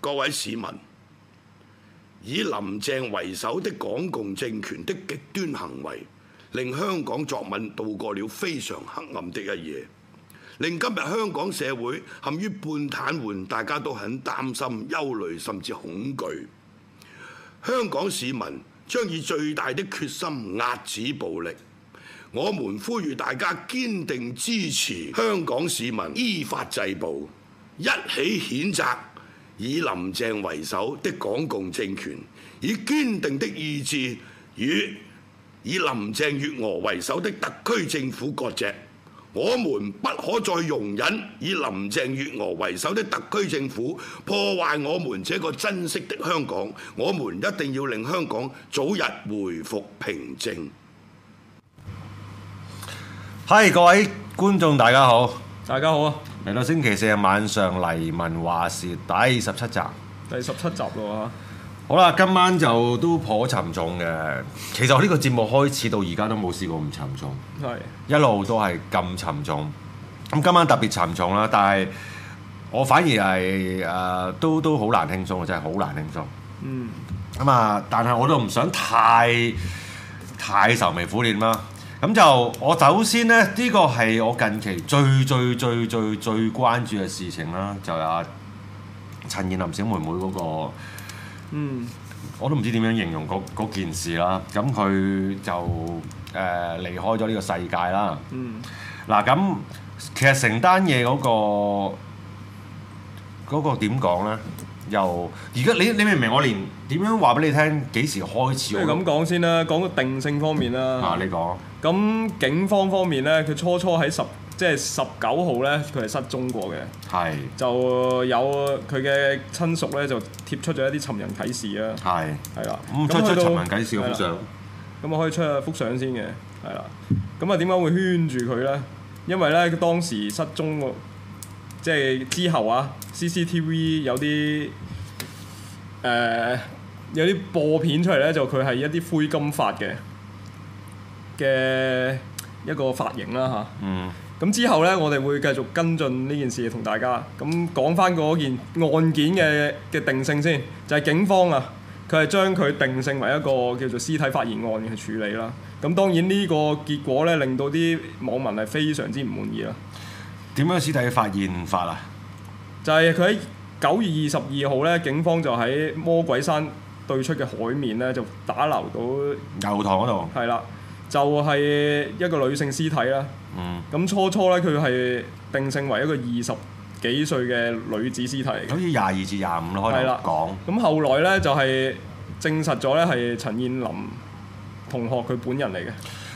各位市民，以林鄭為首的港共政權的極端行為，令香港作文度過了非常黑暗的一夜，令今日香港社會陷於半癱瘓，大家都很擔心、憂慮甚至恐懼。香港市民將以最大的決心壓止暴力。我們呼籲大家堅定支持香港市民依法制暴，一起譴責以林鄭為首的港共政權，以堅定的意志與以林鄭月娥為首的特區政府割席。我們不可再容忍以林鄭月娥為首的特區政府破壞我們這個珍惜的香港。我們一定要令香港早日回復平靜。係各位觀眾，大家好！大家好啊，嚟到星期四嘅晚上，黎民話事第十七集。第十七集咯啊好啦，今晚就都頗沉重嘅。其實我呢個節目開始到而家都冇試過咁沉重，喎，係一路都係咁沉重。咁今晚特別沉重啦，但係我反而係誒、呃都都好難輕鬆，真係好難輕鬆。嗯咁啊，但係我都唔想太太愁眉苦臉啦。咁就我首先呢，呢、個係我近期最最最最最關注嘅事情啦，就係阿陳燕林小妹妹嗰、個，嗯我都唔知點樣形容嗰嗰件事啦。咁佢就誒、呃、離開咗呢個世界啦。嗯嗱咁，其實成單嘢嗰個嗰、個點講咧？又而家你你明唔明？我連點樣話俾你聽幾時開始不我如都？咁講先啦，講個定性方面啊啦，。你講咁警方方面咧，佢初初喺十即係十九號咧，佢係失蹤過嘅，係就有佢嘅親屬咧就貼出咗一啲尋人啟事啊，係係啦。咁出出去到陳文啟笑咁係啦上咁我可以出下幅相先嘅，係啦。咁啊點解會圈住佢咧？因為咧佢當時失蹤個，即係之後啊，CCTV 有啲誒、呃有啲播片出嚟咧，就佢係一啲灰金髮嘅嘅一個髮型啦嚇。嗯咁之後呢，我哋會繼續跟進呢件事同大家。咁講翻嗰件案件嘅嘅定性先，就係、警方啊，佢係將佢定性為一個叫做屍體發現案去處理啦。咁當然呢個結果呢，令到啲網民係非常之唔滿意啦。點樣屍體發現法啊？就係佢喺九月二十二號呢，警方就喺魔鬼山對出嘅海面呢，就打撈到油塘嗰度係啦，就係、一個女性屍體啦。嗯。咁初初咧，佢係定性為一個二十幾歲嘅女子屍體嚟好嘅。似廿二至廿五咯，開係啦頭講咁後來咧就係、證實咗咧係陳燕林同學佢本人嚟嘅。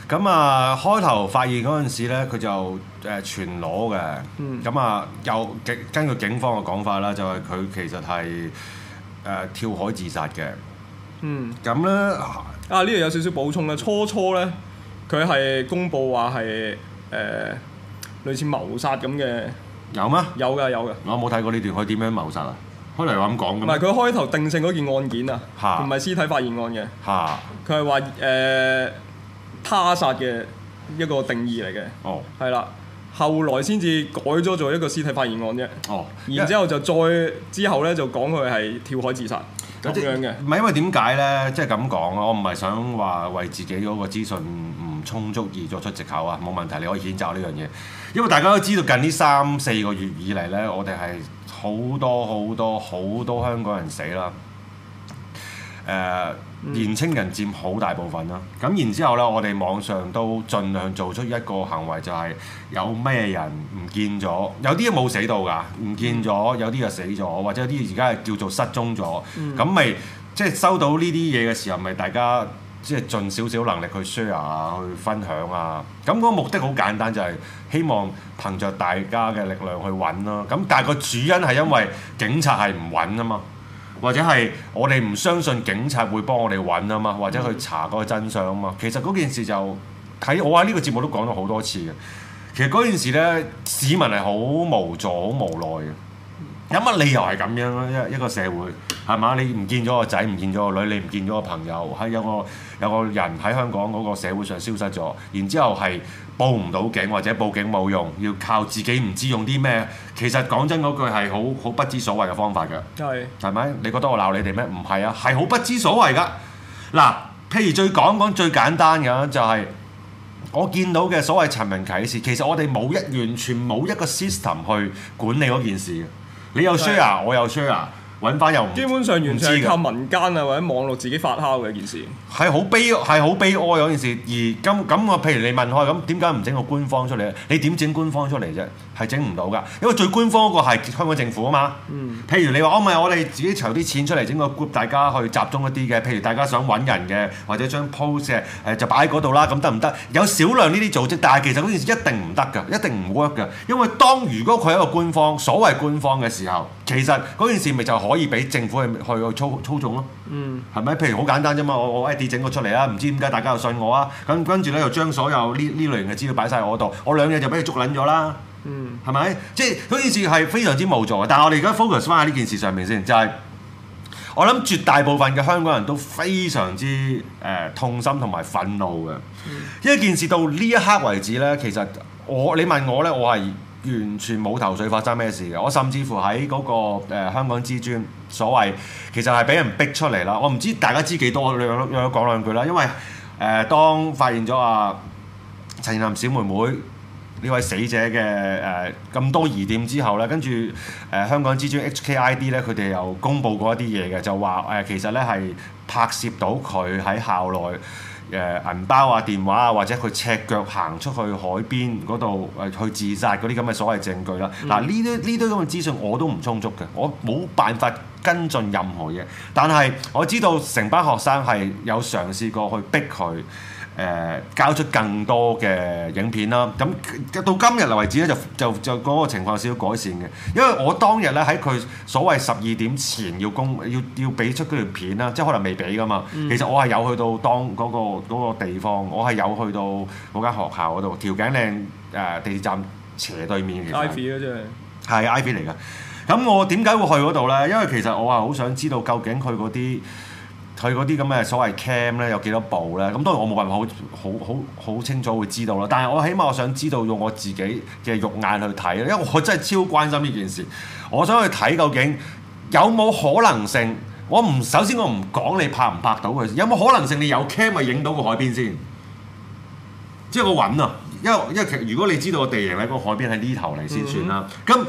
咁啊，開頭發現嗰陣時咧，佢就誒全裸嘅。嗯咁啊、又警根據警方嘅講法啦，就係、佢其實係誒、呃跳海自殺嘅。嗯，咁咧啊呢度有少少補充啦。初初咧佢係公佈話係誒類似謀殺咁嘅，有咩？有㗎有㗎。我冇睇過呢段，佢點樣謀殺啊？開嚟話咁講唔嘅係咩？佢開頭定性嗰件案件啊，嚇唔係屍體發現案嘅，嚇佢係話誒他殺嘅一個定義嚟嘅。哦係啦，後來先至改咗做一個屍體發現案啫。哦，然之後就再之後咧就講佢係跳海自殺咁即樣嘅。唔係因為點解咧？即係咁講啊！我唔係想話為自己嗰個資訊唔充足而作出藉口啊！冇問題，你可以譴責呢樣嘢。因為大家都知道近呢三四個月以嚟咧，我哋係好多好多好多香港人死啦。誒、呃年青人佔好大部分啦，咁然之後咧，我哋網上都盡量做出一個行為，就係、有咩人唔見咗，有啲冇死到㗎，唔見咗，有啲就死咗，或者有啲而家係叫做失蹤咗，咁咪、即係收到呢啲嘢嘅時候，咪大家即係盡少少能力去 share 啊，去分享啊，咁、嗰個目的好簡單，就係、希望憑着大家嘅力量去揾啦、咁但係個主因係因為警察係唔揾啊嘛。或者係我哋唔相信警察會幫我哋揾啊嘛，或者去查嗰個真相啊嘛。其實嗰件事就喺我喺呢個節目都講咗好多次嘅。其實嗰件事呢，市民係好無助、好無奈嘅。有乜理由係咁樣啊咧？一一個社會係嘛？你唔見咗個仔，唔見咗個女，你唔見咗個朋友，喺有個有個人喺香港嗰個社會上消失咗，然之後係報唔到警或者報警冇用，要靠自己唔知用啲咩。其實講真嗰句係好好不知所謂嘅方法㗎。係係咪？你覺得我鬧你哋咩？唔係啊，係好不知所謂噶。嗱，譬如最講講最簡單嘅就係、我見到嘅所謂陳明啟事，其實我哋冇一完全冇一個 system 去管理嗰件事嘅。你有係 share，我有 share，揾翻又唔基本上完唔知全係㗎靠民間啊或者網絡自己發酵嘅一件事。係好悲係好悲哀嗰件事。而咁咁我譬如你問開咁，點解唔整個官方出嚟？你點整官方出嚟啫？係整唔到㗎，因為最官方嗰個係香港政府啊嘛。譬如你話哦，咪我哋自己籌啲錢出嚟整個 group，大家去集中一啲嘅，譬如大家想揾人嘅，或者將 post 嘅誒就擺喺嗰度啦，咁得唔得？有少量呢啲組織，但係其實嗰件事一定唔得㗎，一定唔 work 㗎，因為當如果佢係一個官方，所謂官方嘅時候，其實嗰件事咪就可以俾政府去去去操操縱咯。係咪？譬如好簡單啫嘛，我我 ID 整個出嚟啊，唔知點解大家又信我啊，咁跟住咧又將所有呢呢類型嘅資料擺晒我度，我兩日就俾你捉撚咗啦，嗯，係咪？即係嗰件事係非常之無助嘅。但係我哋而家 focus 翻喺呢件事上面先，就係、我諗絕大部分嘅香港人都非常之誒、呃痛心同埋憤怒嘅，因為件事到呢一刻為止呢，其實我你問我呢，我係完全冇頭緒發生咩事嘅。我甚至乎喺嗰、個、呃、香港之尊所謂，其實係俾人逼出嚟啦。我唔知大家知幾多，兩兩講兩句啦。因為誒、呃，當發現咗啊陳彥霖小妹妹。呢位死者嘅誒咁多疑點之後咧，跟住誒、呃香港之珠 HKID 咧，佢哋又公布過一啲嘢嘅，就話誒、呃其實咧係拍攝到佢喺校內。誒、銀包啊、電話啊，或者佢赤腳行出去海邊嗰度誒去自殺嗰啲咁嘅所謂證據啦。嗱呢啲呢堆咁嘅資訊我都唔充足嘅，我冇辦法跟進任何嘢。但係我知道成班學生係有嘗試過去逼佢。誒、呃交出更多嘅影片啦。咁到今日嚟為止咧，就就就嗰個情況有少少改善嘅，因為我當日咧喺佢所謂十二點前要公要要俾出嗰條片啦，即係可能未俾噶嘛。其實我係有去到當嗰、個嗰個地方，我係有去到嗰間學校嗰度調景嶺誒、呃地鐵站斜對面嘅。其實 Ivy 啊，真係係 IP 嚟㗎。咁我點解會去嗰度呢？因為其實我係啊好想知道究竟佢嗰啲佢嗰啲咁嘅所謂 cam 咧有幾多部呢？咁當然我冇辦法好好好好清楚會知道啦。但係我起碼我想知道用我自己嘅肉眼去睇，因為我真係超關心呢件事。我想去睇究竟有冇可能性。我唔首先我唔講你拍唔拍到佢，有冇可能性你有 cam 咪影到個海邊先？即係我揾啊，因為因為其實如果你知道個地形咧，個海邊喺呢頭嚟先算啦。嗯咁、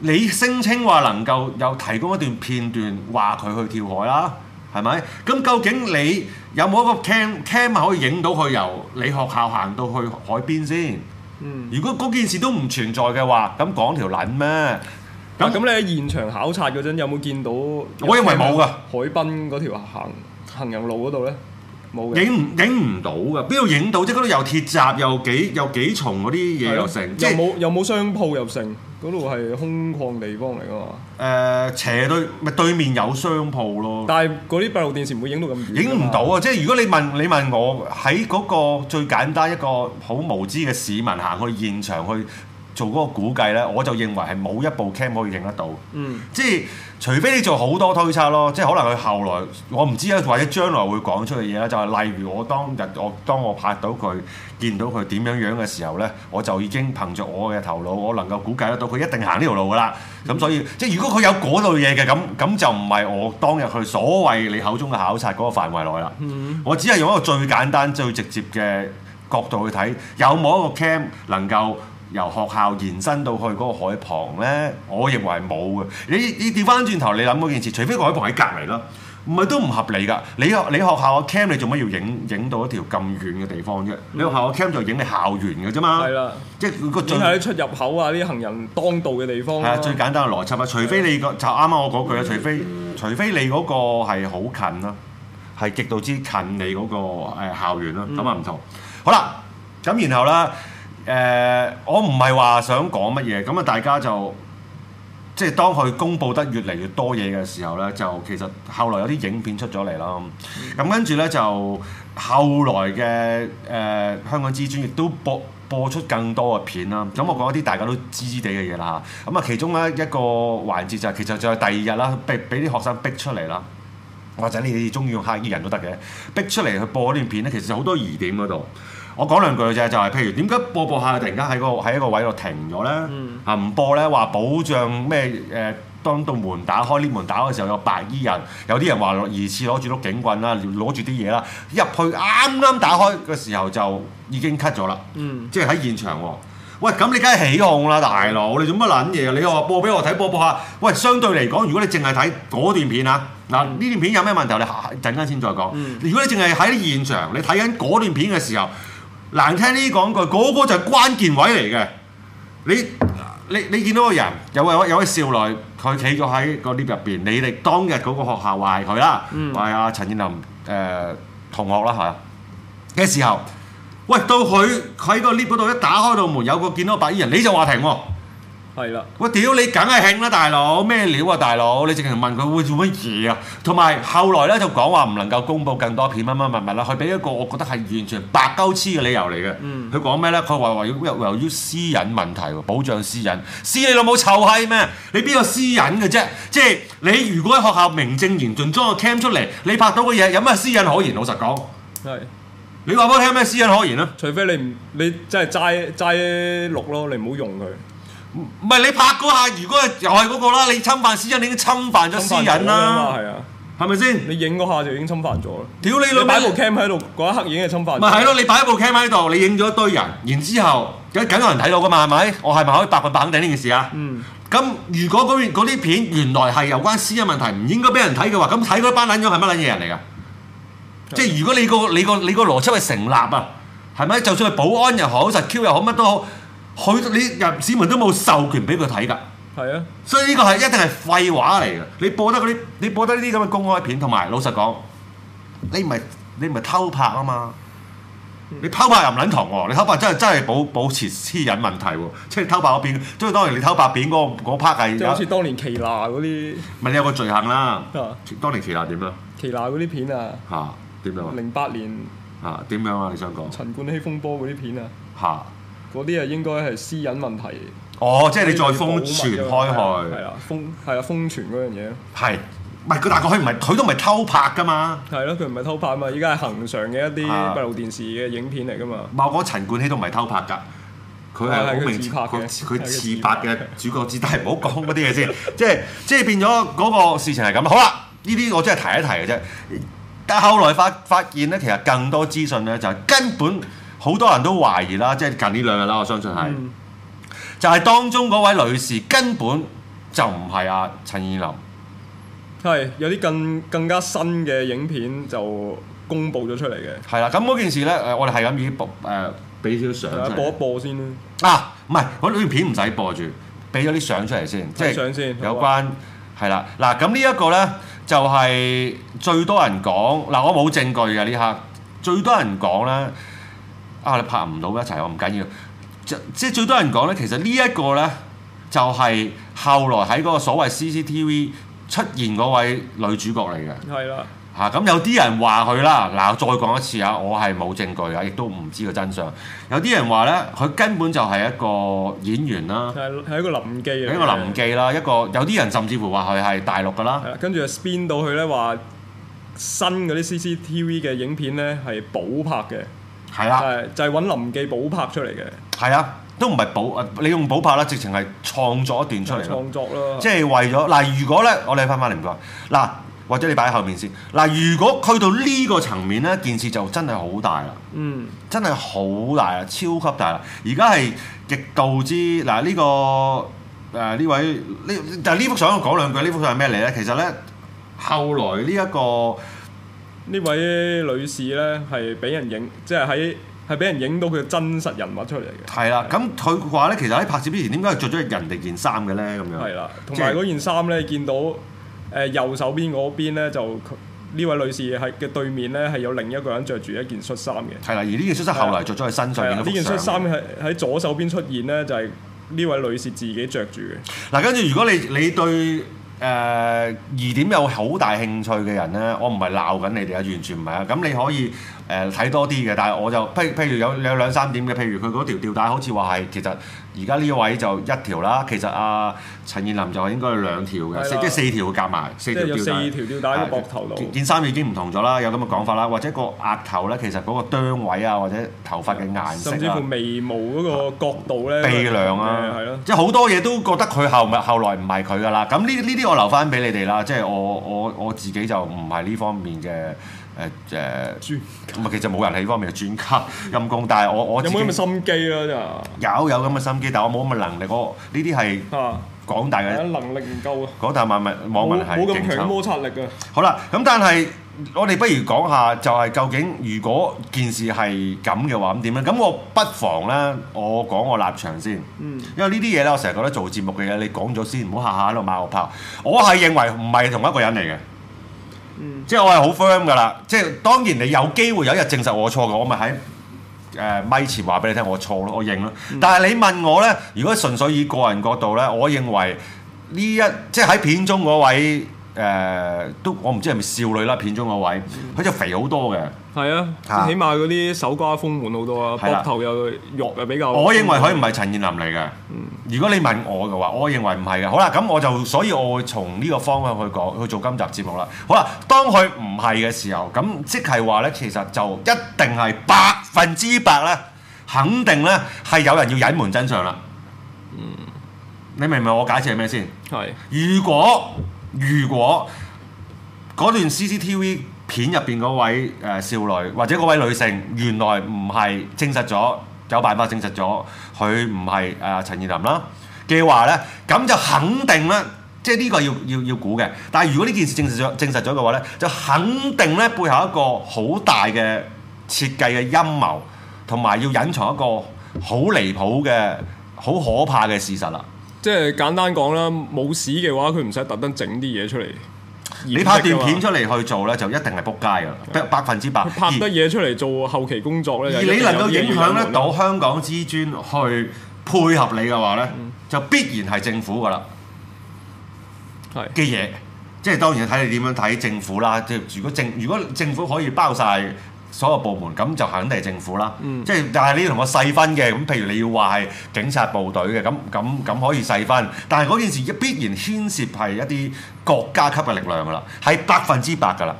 你聲稱話能夠有提供一段片段話佢去跳海啦，係咪？咁究竟你有冇一個 cam cam 係可以影到佢由你學校行到去海邊先？嗯。如果嗰件事都唔存在嘅話，咁講條撚咩？咁咁啊咁你喺現場考察嗰陣有冇見到？我我認為冇㗎海濱嗰條行行人路嗰度咧，冇嘅。影唔影唔到㗎？邊度影到啫？嗰度又鐵閘又幾又幾重嗰啲嘢係又咯成，即又係冇又冇商鋪又成，嗰度係空曠地方嚟㗎嘛。誒呃斜對咪對面有商鋪咯。但係嗰啲閉路電視唔會影到咁遠。影唔到。啊！即係如果你問你問我喺嗰個最簡單一個好無知嘅市民行去現場去做嗰個估計呢，我就認為係冇一部 cam 可以影得到。嗯，即係除非你做好多推測咯，即係可能佢後來我唔知啊，或者將來會講出嘅嘢啦，就係、例如我當日我當我拍到佢見到佢點樣樣嘅時候呢，我就已經憑着我嘅頭腦，我能夠估計得到佢一定行呢條路噶啦。咁所以即係如果佢有嗰類嘢嘅，咁咁就唔係我當日去所謂你口中嘅考察嗰個範圍內啦。我只係用一個最簡單、最直接嘅角度去睇，有冇一個 cam 能夠由學校延伸到去嗰個海旁呢？我認為冇嘅。你你調翻轉頭，你諗嗰件事，除非個海旁喺隔離啦。唔係都唔合理㗎，你學你學校嘅 cam 你做乜要影影到一條咁遠嘅地方啫？你學校嘅 cam 就影你校園嘅啫嘛係，啦，即係個最影喺出入口啊，啲行人當道嘅地方係啊，啦。最簡單嘅邏輯啊，除非你個就啱啱我嗰句啊啦，除非除非你嗰個係好近啦，係極度之近你嗰個誒校園啦，咁啊唔同。好啦，咁然後啦，誒、我唔係話想講乜嘢，咁啊大家就。即係當佢公布得越嚟越多嘢嘅時候咧，就其實後來有啲影片出咗嚟啦。呃咁跟住咧就後來嘅誒、香港之尊亦都報播出更多嘅片啦。咁我講一啲大家都知知地嘅嘢啦嚇。咁啊，其中咧一個環節就係、其實就係第二日啦，被俾啲學生逼出嚟啦。或者你哋中意用黑衣人都得嘅，逼出嚟去播嗰段片咧，其實好多疑點嗰度。我講兩句啫，就係、譬如點解播播下突然間喺個喺一個位度停咗咧？啊唔播咧，話保障咩誒、呃當到門打開呢門打開嘅時候有白衣人，有啲人話攞疑似攞住碌警棍啦，攞住啲嘢啦，入去啱啱打開嘅時候就已經 cut 咗啦。嗯，即係喺現場喎。喂，咁你梗係起哄啦，大佬！你做乜撚嘢啊？你又話播俾我睇，播播下。喂，相對嚟講，如果你淨係睇嗰段片啊，嗱呢段片有咩問題？我哋下陣間先再講。嗯如果你淨係喺現場，你睇緊嗰段片嘅時候，難聽啲講句，嗰、個就係關鍵位嚟嘅。你你你見到個人有位有位少女，佢企咗喺個 lift 入邊，你哋當日嗰個學校話係佢啦，話係阿陳燕林誒、呃同學啦係嘅時候，喂到佢佢喺個 lift 嗰度一打開道門，有個見到白衣人，你就話停喎。係啦，我屌你梗係興啦，大佬咩料啊，大佬！你直情問佢會做乜嘢啊？同埋後來咧就講話唔能夠公佈更多片乜乜乜乜啦，佢俾一個我覺得係完全白鳩黐嘅理由嚟嘅。佢講咩咧？佢話話要由於私隱問題喎，保障私隱，私你老母臭閪咩？你邊有私隱嘅啫？即係你如果喺學校名正言順裝個 cam 出嚟，你拍到嘅嘢有咩私隱可言？老實講，係。你話俾我聽有咩私隱可言啊？除非你唔你真係齋齋錄咯，你唔好用佢。唔係你拍嗰下，如果係又係嗰個啦，你侵犯私隱，你已經侵犯咗私侵犯隱咗啦嘛啦，係啊，係咪先？你影嗰下就已經侵犯咗啦。屌你老你擺部母！ cam 喺度嗰一刻已經係侵犯咗。咪係咯，你擺一部 cam 喺度，你影咗一堆人，然之後梗梗有人睇到噶嘛，係咪？我係咪可以百分百肯定呢件事啊？嗯，咁如果嗰邊嗰啲片原來係有關私隱問題，唔應該俾人睇嘅話，咁睇嗰班撚樣係乜撚嘢人嚟㗎？即係如果你個你個你個邏輯係成立啊，係咪？就算係保安又好，實 Q 又好，乜都好，佢你入市民都冇授權俾佢睇㗎。係啊，所以呢個係一定係廢話嚟嘅。你播得嗰啲，你播得呢啲咁嘅公開片，同埋老實講，你唔係你唔係偷拍啊嘛。你偷拍又唔撚同喎，你偷拍真係真係保保持私隱問題喎，即係偷拍嗰片，即係當然你偷拍片嗰嗰 part 係即係好似有，當年奇娜嗰啲唔係你有個罪行啦。啊，當年其他點啊？奇娜嗰啲片啊，嚇點樣啊？零八年嚇點樣啊？你想講陳冠希風波嗰啲片啊，嚇？嗰啲啊應該係私隱問題。哦，即係你再瘋傳開去係。啊，封係啊，封傳嗰樣嘢咯。係唔係佢大概佢唔係佢都唔係偷拍㗎嘛？係咯，佢唔係偷拍嘛，依家係恒常嘅一啲啊閉路電視嘅影片嚟噶嘛。唔係我講陳冠希都唔係偷拍㗎，佢係好明啊係佢佢自佢拍嘅係佢自自拍拍嘅主角之，但係唔好講嗰啲嘢先，即係即係變咗嗰個事情係咁。好啦，呢啲我真係提一提嘅啫。但後來發發現咧，其實更多資訊咧就係根本好多人都懷疑啦，即係近呢兩日啦，我相信係。嗯就係當中嗰位女士根本就唔係阿陳燕琳，係有啲更更加新嘅影片就公佈咗出嚟嘅，係啦。咁嗰件事咧，誒我哋係咁已經播誒俾少少大相出家啊播一嚟播先啦。啊，唔係嗰段片唔使播住，俾咗啲相出嚟先，即睇係相先有好啊關係啦。嗱，咁呢一個咧就係、最多人講嗱，我冇證據嘅呢刻，最多人講咧啊，你拍唔到一齊，我唔緊要。即即係最多人講咧，其實呢一個咧就係、後來喺嗰個所謂 CCTV 出現嗰位女主角嚟嘅。係啦，嚇咁、有啲人話佢啦，嗱我再講一次啊，我係冇證據啊，亦都唔知個真相。有啲人話咧，佢根本就係一個演員啦，係係一個臨記嚟一嘅。個臨記啦，一個有啲人甚至乎話佢係大陸噶啦係，啦，跟住就 spin 到佢咧話新嗰啲 CCTV 嘅影片咧係補拍嘅，係就啦，係就係揾臨記補拍出嚟嘅係啊，都唔係補，啊你用補拍啦，直情係創作一段出嚟咯。創作咯。即係為咗嗱，如果咧，我哋翻返嚟唔該，嗱，或者你擺喺後面先，嗱，如果去到呢個層面咧，件事就真係好大啦。嗯，真係好大啊，超級大啦！而家係極度之嗱呢、個誒呢、位呢，但係呢幅相我講兩句，呢幅相係咩嚟咧？其實咧，後來呢、一個呢位女士咧係俾人影，即係喺係俾人影到佢真實人物出嚟嘅。係啦，咁佢話咧，其實喺拍攝之前點解係着咗人哋件衫嘅咧？咁樣係啦，同嗯即係埋嗰件衫咧，見到誒、呃右手邊嗰邊咧，就佢呢位女士係嘅對面咧，係有另一個人着住一件恤衫嘅。係啦，而呢件恤衫後來着咗喺身上係啊面啦，呢嗰件幅恤相衫。係喺左手邊出現咧，就係、呢位女士自己着住嘅。嗱，跟住如果你你對呃誒疑點有好大興趣嘅人咧，我唔係鬧緊你哋啊，完全唔係啊。咁你可以誒睇多啲嘅，但係我就譬譬如有有兩三點嘅，譬如佢嗰條吊帶好似話係其實而家呢位就一條啦，其實阿、陳燕林就應該有兩條係啦嘅，四即係四條夾埋，四即條係有吊四帶。啊條吊帶喺個膊頭度，件件衫已經唔同咗啦，有咁嘅講法啦，或者個額頭咧，其實嗰個哚位啊，或者頭髮嘅顏色甚至啊乎。眉毛嗰個角度咧，悲涼誒係啊咯，，即係好多嘢都覺得佢後咪後來唔係佢噶啦。咁呢呢啲我留翻俾你哋啦，即係我我我自己就唔係呢方面嘅呃誒誒專，唔係啊其實冇人係呢方面嘅專家 陰公，但係我我有自己冇咁嘅心機啦？真係有有咁嘅心機，但我冇咁嘅能力。我呢啲係啊，廣大係啊嘅能力唔夠啊，廣大網民網民冇係冇咁競強爭摩擦力啊，好啦，咁但係我哋不如講下，就係究竟如果件事係咁嘅話，咁點咧？咁我不妨咧，我講我立場先。嗯，因為呢啲嘢咧，我成日覺得做節目嘅嘢，你講咗先，唔好下下喺度馬後炮。我係認為唔係同一個人嚟嘅。嗯即係我係好 firm 噶啦，即係當然你有機會有一日證實我錯嘅，我咪喺誒呃咪前話俾你聽我錯咯，我認咯。但係你問我咧，如果純粹以個人角度咧，我認為呢一即係喺片中嗰位誒、都我唔知係咪少女啦，片中嗰位佢就肥好多嘅。係啊，啊起碼嗰啲手瓜豐滿好多啊，係啦膊頭又肉又比較，我認為佢唔係陳彥霖嚟嘅。如果你問我嘅話，我認為唔係嘅。好啦，咁我就所以我會從呢個方向去講，去做今集節目啦。好啦，當佢唔係嘅時候，咁即係話呢，其實就一定係百分之百呢，肯定呢係有人要隱瞞真相啦。你明唔明我假設係咩先？係如果如果嗰段 CCTV 片入邊嗰位誒、呃少女或者嗰位女性，原來唔係證實咗，有辦法證實咗佢唔係誒陳彥霖啦嘅話咧，咁就肯定咧。即係呢個要要要估嘅，但係如果呢件事證實咗證實咗嘅話咧，就肯定咧背後一個好大嘅設計嘅陰謀，同埋要隱藏一個好離譜嘅、好可怕嘅事實啦。即係簡單講啦，冇屎嘅話，佢唔使特登整啲嘢出嚟。你拍段片出嚟去做咧，就一定係撲街噶啦，百分之百。佢 拍得而嘢出嚟做後期工作咧，而就一你定有能夠嘢影要響有得到咯，香港之尊去配合你嘅話咧，嗯就必然係政府噶啦係嘅嘢。即係當然睇你點樣睇政府啦。即係如果政如果政府可以包晒所有部門，咁就肯定係政府啦。嗯即係但係你同我細分嘅，咁譬如你要話係警察部隊嘅，咁咁咁可以細分。但係嗰件事必然牽涉係一啲國家級嘅力量噶啦，係百分之百噶啦。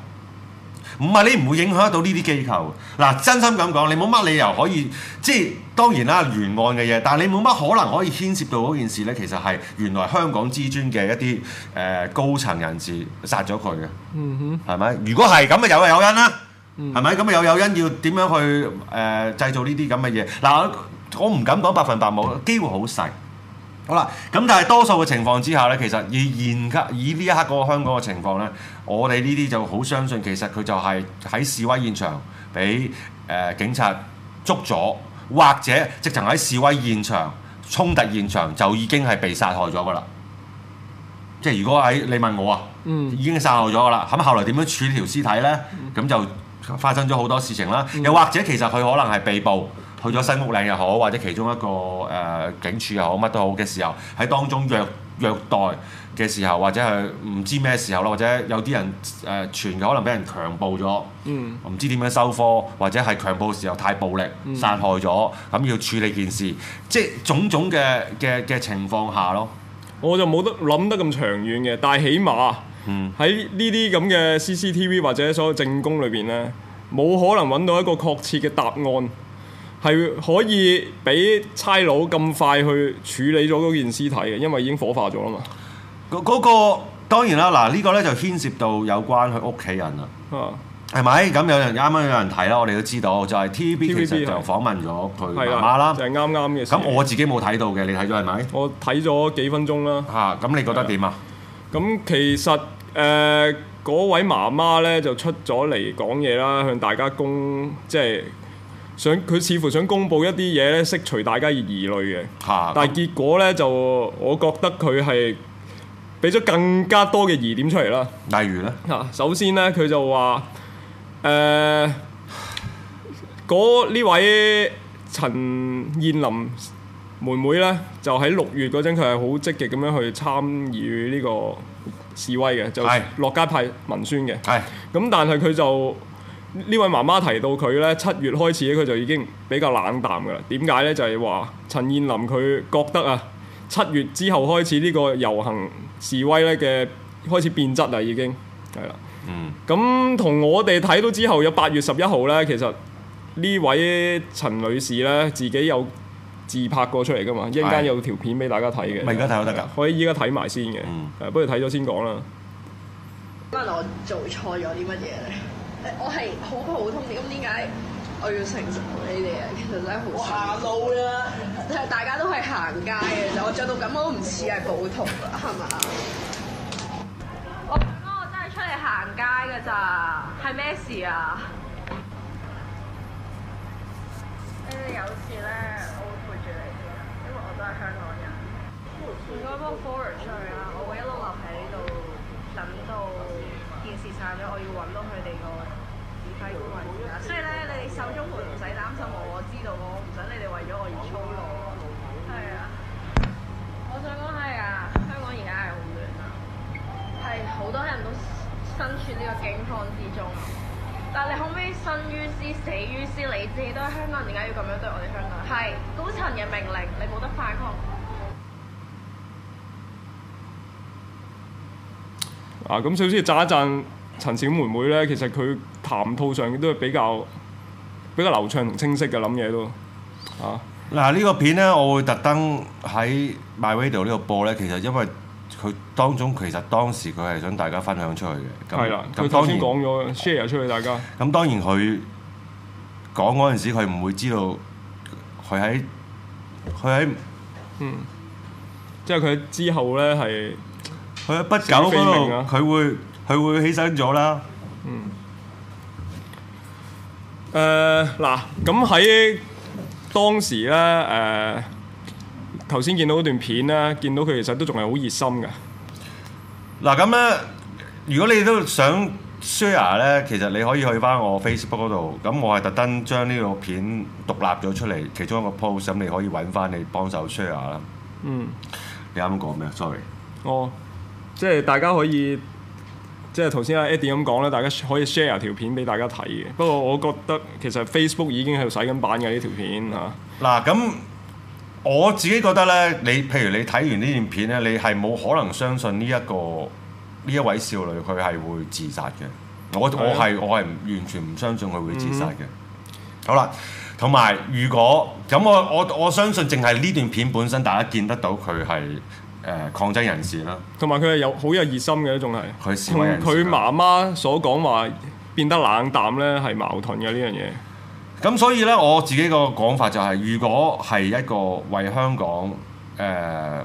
唔係你唔會影響得到呢啲機構。嗱，真心咁講，你冇乜理由可以，即係當然啦，沿岸嘅嘢，但係你冇乜可能可以牽涉到嗰件事呢。其實係原來香港之尊嘅一啲誒、呃高層人士殺咗佢嘅，嗯係咪？如果係咁啊，有有因啦，係咪？咁啊有有因要點樣去誒、呃、製造呢啲咁嘅嘢？嗱，我唔敢講百分百冇，機會好細。好啦，咁但係多數嘅情況之下呢，其實以現刻以呢一刻嗰個香港嘅情況呢，我哋呢啲就好相信其實佢就係喺示威現場俾誒、呃警察捉咗，或者直情喺示威現場衝突現場就已經係被殺害咗噶啦。即係如果喺你問我啊，嗯已經殺害咗噶啦，咁後來點樣處理條屍體呢？咁就發生咗好多事情嗯啦。又或者其實佢可能係被捕。去咗新屋嶺又好，或者其中一個誒、呃警署又好，乜都好嘅時候，喺當中虐虐待嘅時候，或者係唔知咩時候啦，或者有啲人誒、呃、傳佢可能俾人強暴咗，嗯唔知點樣收科，或者係強暴嘅時候太暴力殺害咗，咁要處理件事，即係種種嘅嘅嘅情況下咯。哼，我就冇得諗得咁長遠嘅，但係起碼嗯喺呢啲咁嘅 CCTV 或者所有證供裏邊咧，冇可能揾到一個確切嘅答案。係可以俾差佬咁快去處理咗嗰件屍體嘅，因為已經火化咗啦嘛。嗰嗰、個當然啦，嗱、呢個咧就牽涉到有關佢屋企人啦。啊，係咪？咁有人啱啱有人睇啦，我哋都知道，就係 TVB 其 TVB 實就係訪問咗佢係媽啦媽，啦就。係啱啱嘅事。咁我自己冇睇到嘅，你睇咗係咪？我睇咗幾分鐘啦。嚇，咁你覺得點啊？咁其實誒嗰、呃位媽媽咧就出咗嚟講嘢啦，向大家公即係想佢似乎想公佈一啲嘢咧，釋除大家疑慮嘅。嚇，但係結果咧就我覺得佢係俾咗更加多嘅疑點出嚟啦。例如咧，嗱，啊首先咧佢就話誒嗰呢位陳燕林妹妹咧，就喺六月嗰陣，佢係好積極咁樣去參與呢個示威嘅，就係落街派文宣嘅。係咁但係佢就呢位媽媽提到佢呢，七月開始佢就已經比較冷淡㗎啦。點解呢？就係、話陳燕林佢覺得啊，七月之後開始呢個遊行示威呢嘅開始變質啦，已經係啦。嗯，咁同我哋睇到之後，有八月十一號呢，其實呢位陳女士呢，自己有自拍過出嚟㗎嘛，一陣間有條片俾大家睇嘅。咪而家睇都得㗎。可以依家睇埋先嘅嗯，誒不如睇咗先講啦。問我做錯咗啲乜嘢咧？我係好普通嘅，咁點解我要承受呢啲嘢？其實真係好行路啦，即係大家都係行街嘅啫。我着到咁，我都唔似係暴徒啦，係嘛？我我真係出嚟行街㗎咋，係咩事啊？你哋有事咧，我會陪住你嘅，因為我都係香港人。唔該幫我 forward 出去啦，我會一路留喺呢度，等到件事散咗，我要揾到佢哋個指揮官。所以咧，你哋手中盤唔使擔心我，我知道我唔想你哋為咗我而操勞。係啊，我想講係啊，香港而家係好亂啊，係好多人都身處呢個境況之中。但你可唔可以生於斯死於斯？你自己都係香港人，點解要咁樣對我哋香港人？係高層嘅命令，你冇得反抗。啊，咁首先讚一讚陳小妹妹咧，其實佢談吐上都係比較比較流暢同清晰嘅諗嘢都啊，嗱呢個片咧，我會特登喺 My Radio 呢度播咧，其實因為佢當中其實當時佢係想大家分享出去嘅。咁係啦，佢咁頭當先然講咗 share 出去大家，咁當然佢講嗰陣時，佢唔會知道佢喺佢喺即係佢之後咧係佢喺不久小嗰飛明啊度，佢會佢會犧牲咗啦。誒嗱，咁喺當時咧誒頭先見到嗰段片咧，見到佢其實都仲係好熱心嘅，嗱咁咧，如果你都想 share 咧，其實你可以去翻我 Facebook 嗰度。咁我係特登將呢個片獨立咗出嚟，其中一個 post，咁你可以揾翻你幫手 share 啦。嗯。你啱啱講咩？sorry。哦，即係大家可以，即係頭先阿 Eddie 咁講咧，大家可以 share 條片俾大家睇嘅。不過我覺得其實 Facebook 已經喺度洗緊版嘅呢條片啊嚇。嗱咁。我自己覺得咧，你譬如你睇完呢段片咧，你係冇可能相信呢、一個呢一位少女佢係會自殺嘅。我我係啊係嗯我係唔完全唔相信佢會自殺嘅。好啦，同埋如果咁我我我相信淨係呢段片本身，大家見得到佢係誒抗爭人士啦。同埋佢係有好有熱心嘅，仲係佢示同威人士佢媽媽所講話變得冷淡咧係矛盾嘅呢樣嘢。咁所以咧，我自己個講法就係、如果係一個為香港誒、呃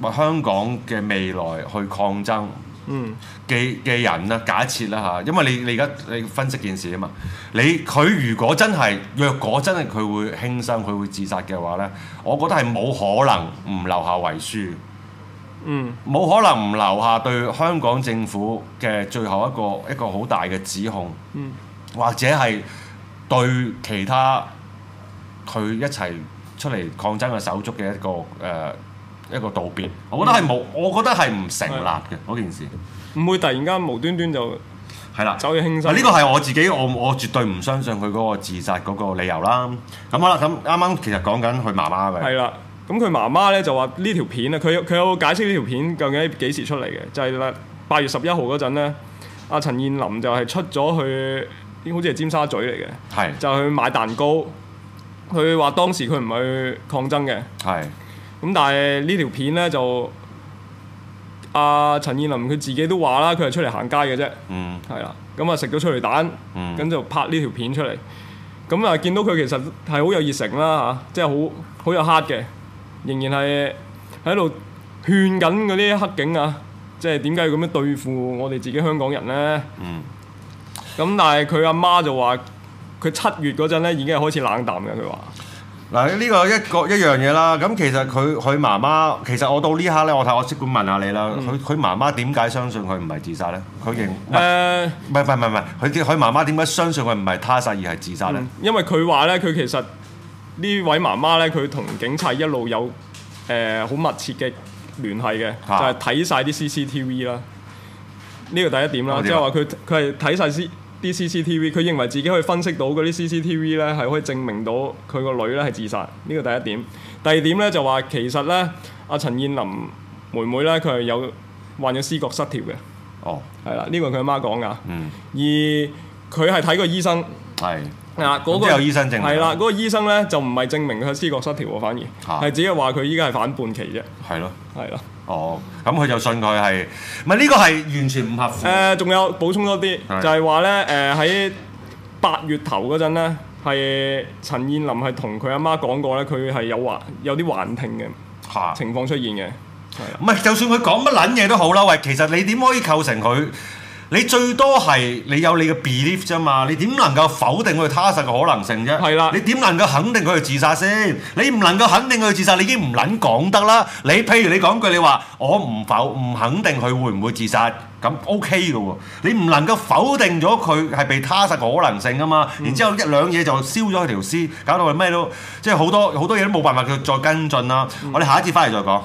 為香港嘅未來去抗爭。嗯，嘅嘅人啦，假設啦嚇，因為你你而家你分析件事啊嘛，你佢如果真係若果真係佢會輕生，佢會自殺嘅話咧，我覺得係冇可能唔留下遺書，嗯，冇可能唔留下對香港政府嘅最後一個一個好大嘅指控，嗯，或者係對其他佢一齊出嚟抗爭嘅手足嘅一個誒、呃一個道別，我嗯覺得係冇，我覺得係唔成立嘅嗰件事。唔會突然間無端端就係啦，走去輕生嗱呢個係我自己，我我絕對唔相信佢嗰個自殺嗰個理由啦。咁好啦，咁啱啱其實講緊佢媽媽嘅，係啦。咁佢媽媽咧就話呢條片啊，佢有佢有解釋呢條片究竟係幾時出嚟嘅，就係啦八月十一號嗰陣咧，阿陳燕林就係出咗去，好似係尖沙咀嚟嘅，係就去買蛋糕。佢話當時佢唔係去抗爭嘅，係咁但係呢條片咧就阿、陳燕林佢自己都話啦，佢係出嚟行街嘅啫，嗯係啦。咁啊食咗催淚彈，咁、嗯就拍呢條片出嚟。咁啊見到佢其實係好有熱誠啦嚇，即係好好有 heart 嘅，仍然係喺度勸緊嗰啲黑警啊，即係點解要咁樣對付我哋自己香港人咧？嗯咁但係佢阿媽就話，佢七月嗰陣咧已經係開始冷淡嘅。佢話嗱呢個一個一樣嘢啦。咁其實佢佢媽媽，其實我到呢刻咧，我睇我即管問下你啦。佢佢媽媽點解相信佢唔係自殺咧？佢認唔係誒、唔係唔係唔係，佢啲佢媽媽點解相信佢唔係他殺而係自殺咧？因為佢話咧，佢其實呢位媽媽咧，佢同警察一路有誒好、密切嘅聯繫嘅，嚇就係睇晒啲 CCTV 啦。呢個第一點啦，我即點啊係話佢佢係睇晒 C 啲 CCTV，佢認為自己可以分析到嗰啲 CCTV 咧係可以證明到佢個女咧係自殺，呢個第一點。第二點咧就話其實咧阿陳燕琳妹妹咧佢係有患咗思覺失調嘅，哦，係啦，呢個係佢阿媽講噶。嗯，而佢係睇過醫生。係，係啦，啊嗰、咁即個係有醫生證明係啦，嗰、個醫生咧就唔係證明佢思覺失調喎，反啊而係只係話佢依家係反叛期啫，係咯。係啦。哦，咁佢就信佢係，唔係呢個係完全唔合乎。誒，仲有補充多啲，嗯係就係話咧誒喺八月頭嗰陣咧，係陳燕琳係同佢阿媽講過咧，佢係有幻有啲幻聽嘅嚇情況出現嘅，係啦，唔係，就算佢講乜撚嘢都好啦，喂，其實你點可以構成佢？你最多係你有你嘅 belief 啫嘛，你點能夠否定佢他殺嘅可能性啫？係啦你點能夠肯定佢係自殺先？你唔能夠肯定佢係自殺，你已經唔撚講得啦。你譬如你講句你話我唔否唔肯定佢會唔會自殺，咁 OK 嘅喎。你唔能夠否定咗佢係被他殺嘅可能性啊嘛。嗯然之後一兩嘢就燒嗯咗佢條屍，搞到佢咩都即係好多好多嘢都冇辦法佢再跟進啦。我哋下一節翻嚟再講。